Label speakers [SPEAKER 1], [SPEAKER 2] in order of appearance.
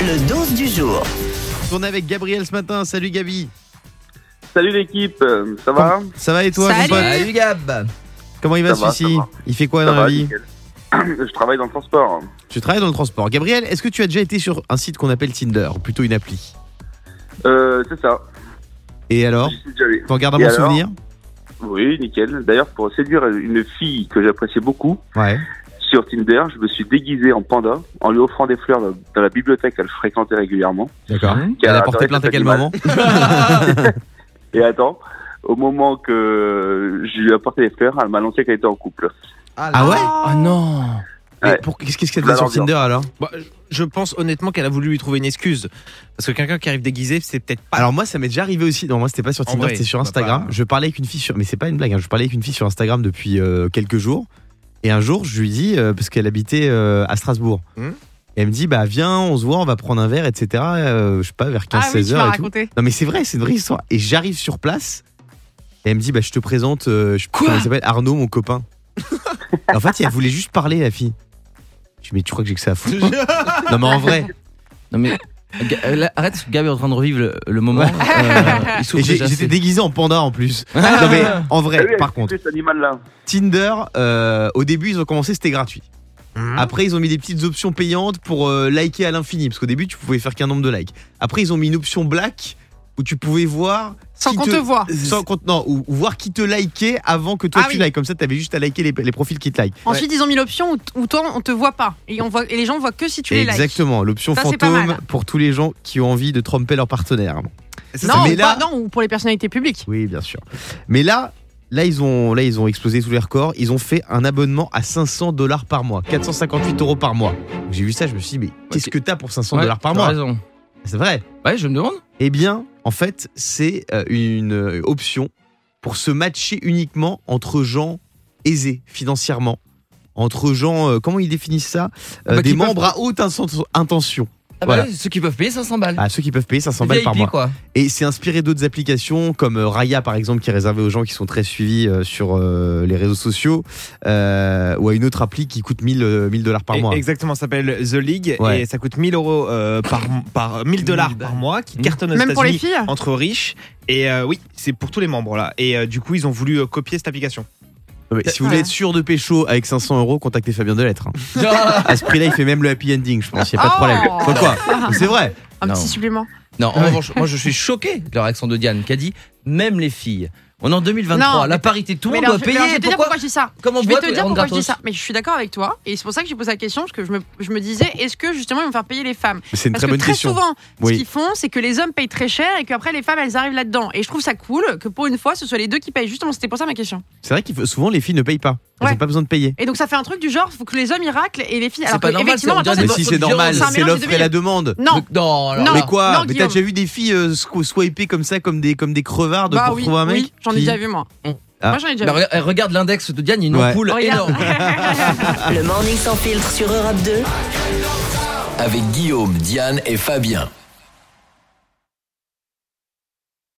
[SPEAKER 1] Le 12 du jour.
[SPEAKER 2] On est avec Gabriel ce matin. Salut Gabi.
[SPEAKER 3] Salut l'équipe, euh, ça va
[SPEAKER 2] Ça va et toi mon
[SPEAKER 4] Salut.
[SPEAKER 2] pote
[SPEAKER 5] Salut Gab
[SPEAKER 2] Comment il va
[SPEAKER 3] Ça va,
[SPEAKER 2] celui-ci
[SPEAKER 3] ça va.
[SPEAKER 2] Il fait quoi
[SPEAKER 3] Ça
[SPEAKER 2] dans
[SPEAKER 3] va,
[SPEAKER 2] la vie
[SPEAKER 3] nickel. Je travaille dans le transport.
[SPEAKER 2] Tu travailles dans le transport. Gabriel, est-ce que tu as déjà été sur un site qu'on appelle Tinder, ou plutôt une appli
[SPEAKER 3] Euh, c'est ça.
[SPEAKER 2] Et alors
[SPEAKER 3] J'y suis déjà allé.
[SPEAKER 2] T'en gardes un
[SPEAKER 3] Et
[SPEAKER 2] bon
[SPEAKER 3] alors
[SPEAKER 2] souvenir
[SPEAKER 3] Oui, nickel. D'ailleurs, pour séduire une fille que j'appréciais beaucoup
[SPEAKER 2] Ouais.
[SPEAKER 3] sur Tinder, je me suis déguisé en panda en lui offrant des fleurs dans- dans la bibliothèque qu'elle fréquentait régulièrement.
[SPEAKER 2] D'accord.
[SPEAKER 5] Mmh.
[SPEAKER 2] Elle a
[SPEAKER 3] adoré
[SPEAKER 2] porté
[SPEAKER 3] cet
[SPEAKER 2] plainte à quel
[SPEAKER 3] animal.
[SPEAKER 2] moment
[SPEAKER 3] Et attends, au moment que je lui ai apporté les fleurs, elle m'a annoncé qu'elle était en couple.
[SPEAKER 2] Ah ouais
[SPEAKER 5] Ah non
[SPEAKER 2] Mais
[SPEAKER 3] Ouais.
[SPEAKER 2] pour- Qu'est-ce qu'est-ce qu'elle
[SPEAKER 3] Bah,
[SPEAKER 2] faisait sur
[SPEAKER 3] l'ambiance.
[SPEAKER 2] Tinder alors
[SPEAKER 6] Bah, je- je pense honnêtement qu'elle a voulu lui trouver une excuse. Parce que quelqu'un qui arrive déguisé, c'est peut-être pas.
[SPEAKER 2] Alors moi ça m'est déjà arrivé aussi. Non moi c'était pas sur
[SPEAKER 6] En
[SPEAKER 2] Tinder,
[SPEAKER 6] vrai,
[SPEAKER 2] c'était sur
[SPEAKER 6] on va
[SPEAKER 2] Instagram.
[SPEAKER 6] pas-
[SPEAKER 2] Je parlais avec une fille sur mais c'est pas une blague. hein. Je parlais avec une fille sur Instagram depuis euh, quelques jours et un jour je lui dis euh, parce qu'elle habitait euh, à Strasbourg.
[SPEAKER 6] Hmm.
[SPEAKER 2] Et elle me dit bah viens on se voit on va prendre un verre etc. euh, je sais pas vers 15
[SPEAKER 4] Ah oui,
[SPEAKER 2] 16
[SPEAKER 4] tu m'as
[SPEAKER 2] heures et tout.
[SPEAKER 4] raconté.
[SPEAKER 2] Non mais c'est vrai c'est une vraie histoire. Et j'arrive sur place et elle me dit bah je te présente euh, je, comment il s'appelle Arnaud mon copain. Et en fait elle voulait juste parler la fille. Je dis mais tu crois que j'ai que ça à foutre Non mais en vrai.
[SPEAKER 5] Non mais Ga- euh, là, arrête, parce que Gab est en train de revivre le, le moment. euh, il souffre
[SPEAKER 2] Et j'ai-
[SPEAKER 5] déjà,
[SPEAKER 2] J'étais
[SPEAKER 5] c'est-
[SPEAKER 2] déguisé en panda en plus. non mais en vrai
[SPEAKER 3] Ah oui,
[SPEAKER 2] Eh, par
[SPEAKER 3] elle
[SPEAKER 2] contre.
[SPEAKER 3] kiffait cet animal-là.
[SPEAKER 2] Tinder, euh, au début, ils ont commencé, c'était gratuit.
[SPEAKER 6] Hein? Hmm.
[SPEAKER 2] Après, ils ont mis des petites options payantes pour euh, liker à l'infini, parce qu'au début, tu pouvais faire qu'un nombre de likes. Après, ils ont mis une option black où tu pouvais voir
[SPEAKER 4] Sans
[SPEAKER 2] qui
[SPEAKER 4] qu'on te voie.
[SPEAKER 2] sans qu'on- non, ou, ou voir qui te likait avant que toi
[SPEAKER 4] Ah
[SPEAKER 2] tu
[SPEAKER 4] oui.
[SPEAKER 2] likes. Comme ça, t'avais juste à liker les, les profils qui te likent.
[SPEAKER 4] Ensuite, ils ont mis l'option où, où toi, on te voit pas. Et, on voit, et les gens voient que si tu les likes.
[SPEAKER 2] Exactement, l'option
[SPEAKER 4] Ça, c'est pas
[SPEAKER 2] fantôme
[SPEAKER 4] mal.
[SPEAKER 2] pour tous les gens qui ont envie de tromper leur partenaire.
[SPEAKER 4] Non,
[SPEAKER 2] mais
[SPEAKER 4] ou
[SPEAKER 2] là-
[SPEAKER 4] pas- non, ou pour les personnalités publiques.
[SPEAKER 2] Oui, bien sûr. Mais là, là ils ont, là, ils ont explosé tous les records. Ils ont fait un abonnement à 500 dollars par mois, 458 euros par mois. Donc, J'ai vu ça, je me suis dit, mais qu'est-ce que t'as pour 500
[SPEAKER 5] Ouais,
[SPEAKER 2] dollars par
[SPEAKER 5] t'as
[SPEAKER 2] mois
[SPEAKER 5] raison.
[SPEAKER 2] C'est vrai.
[SPEAKER 5] Ouais, je me demande.
[SPEAKER 2] Eh bien, en fait, c'est euh, une euh, option pour se matcher uniquement entre gens aisés financièrement, entre gens, euh, comment ils définissent ça Euh,
[SPEAKER 5] Ah bah,
[SPEAKER 2] Des
[SPEAKER 5] qui peuvent-
[SPEAKER 2] membres à haute inten- intention.
[SPEAKER 5] Ah bah
[SPEAKER 2] Voilà.
[SPEAKER 5] ouais, ceux qui peuvent payer 500 balles.
[SPEAKER 2] Ah, ceux qui peuvent payer 500 balles par
[SPEAKER 5] VIP,
[SPEAKER 2] mois.
[SPEAKER 5] quoi.
[SPEAKER 2] Et c'est inspiré d'autres applications comme euh, Raya par exemple qui est réservée aux gens qui sont très suivis euh, sur euh, les réseaux sociaux euh, ou à une autre appli qui coûte 1000 euh, 1000 dollars par
[SPEAKER 6] Et-
[SPEAKER 2] mois.
[SPEAKER 6] Exactement, ça s'appelle The League
[SPEAKER 2] Ouais.
[SPEAKER 6] et ça coûte 1000 euros euh, par, par 1000 dollars par mois qui
[SPEAKER 2] Hmm.
[SPEAKER 5] Mmh.
[SPEAKER 6] cartonne aux
[SPEAKER 4] Même pour les
[SPEAKER 6] États-Unis
[SPEAKER 4] filles. hein.
[SPEAKER 6] entre riches. Et euh, oui, c'est pour tous les membres là. Et euh, du coup, ils ont voulu euh, copier cette application.
[SPEAKER 2] Ouais, Euh, si vous voulez
[SPEAKER 4] Ouais.
[SPEAKER 2] être sûr de pécho avec 500 euros, contactez Fabien Delettre. hein.
[SPEAKER 5] Ah
[SPEAKER 2] À ce prix-là, il fait même le happy ending, je pense, il n'y a pas de
[SPEAKER 4] Oh. Ah.
[SPEAKER 2] problème. Faut quoi C'est vrai.
[SPEAKER 4] Un
[SPEAKER 5] Non.
[SPEAKER 4] petit supplément.
[SPEAKER 5] non, en revanche, moi je suis choqué de leur accent de Diane qui a dit même les filles. On est en 2023,
[SPEAKER 4] Non,
[SPEAKER 5] la
[SPEAKER 4] mais-
[SPEAKER 5] parité, tout le
[SPEAKER 4] Mais
[SPEAKER 5] monde
[SPEAKER 4] alors,
[SPEAKER 5] doit
[SPEAKER 4] je- mais alors, je vais te
[SPEAKER 5] payer.
[SPEAKER 4] dire
[SPEAKER 5] Pourquoi
[SPEAKER 4] pourquoi je dis ça.
[SPEAKER 5] Comment
[SPEAKER 4] Je vais
[SPEAKER 5] boire
[SPEAKER 4] te dire
[SPEAKER 5] en
[SPEAKER 4] pourquoi je
[SPEAKER 5] gratos
[SPEAKER 4] dis ça. Mais je suis d'accord avec toi. Et c'est pour ça que j'ai posé la question, parce que je me, je me disais, est-ce que justement ils vont faire payer les femmes
[SPEAKER 2] C'est une
[SPEAKER 4] Parce
[SPEAKER 2] très
[SPEAKER 4] que
[SPEAKER 2] bonne
[SPEAKER 4] très
[SPEAKER 2] question.
[SPEAKER 4] souvent,
[SPEAKER 2] Oui.
[SPEAKER 4] ce qu'ils font, c'est que les hommes payent très cher et qu'après les femmes, elles arrivent là-dedans. Et je trouve ça cool que pour une fois, ce soit les deux qui payent. Justement, c'était pour ça ma question.
[SPEAKER 2] C'est vrai que souvent les filles ne payent pas. Elles n'ont
[SPEAKER 4] Ouais.
[SPEAKER 2] pas besoin de payer.
[SPEAKER 4] Et donc ça fait un truc du genre, faut que les hommes ils raclent et les filles.
[SPEAKER 5] C'est
[SPEAKER 4] Alors
[SPEAKER 5] pas
[SPEAKER 4] que,
[SPEAKER 5] normal,
[SPEAKER 4] effectivement,
[SPEAKER 5] c'est- on
[SPEAKER 4] maintenant,
[SPEAKER 5] dirait
[SPEAKER 4] c'est
[SPEAKER 2] Mais
[SPEAKER 5] des-
[SPEAKER 4] de-
[SPEAKER 2] si
[SPEAKER 5] de
[SPEAKER 2] c'est
[SPEAKER 5] violence,
[SPEAKER 2] normal,
[SPEAKER 4] c'est un
[SPEAKER 2] c'est
[SPEAKER 4] mélange
[SPEAKER 2] l'offre
[SPEAKER 4] des
[SPEAKER 2] et
[SPEAKER 4] deux
[SPEAKER 2] la demande.
[SPEAKER 4] Non,
[SPEAKER 5] Donc, non, alors,
[SPEAKER 4] Non.
[SPEAKER 2] mais quoi
[SPEAKER 4] non,
[SPEAKER 2] Mais t'as
[SPEAKER 4] Guillaume.
[SPEAKER 2] déjà vu des filles euh, squ- swiper comme ça, comme des, comme des crevards de
[SPEAKER 4] bah
[SPEAKER 2] pour
[SPEAKER 4] oui,
[SPEAKER 2] trouver un mec
[SPEAKER 4] oui, j'en ai
[SPEAKER 2] qui-
[SPEAKER 4] déjà vu moi.
[SPEAKER 2] Ah.
[SPEAKER 4] Moi j'en ai déjà
[SPEAKER 5] Bah,
[SPEAKER 4] vu.
[SPEAKER 5] regarde- eh, regarde l'index de Diane, il y a une
[SPEAKER 2] Ouais.
[SPEAKER 5] ampoule
[SPEAKER 4] Regarde.
[SPEAKER 5] énorme.
[SPEAKER 1] Le morning sans filtre sur Europe 2.
[SPEAKER 7] avec Guillaume, Diane et Fabien.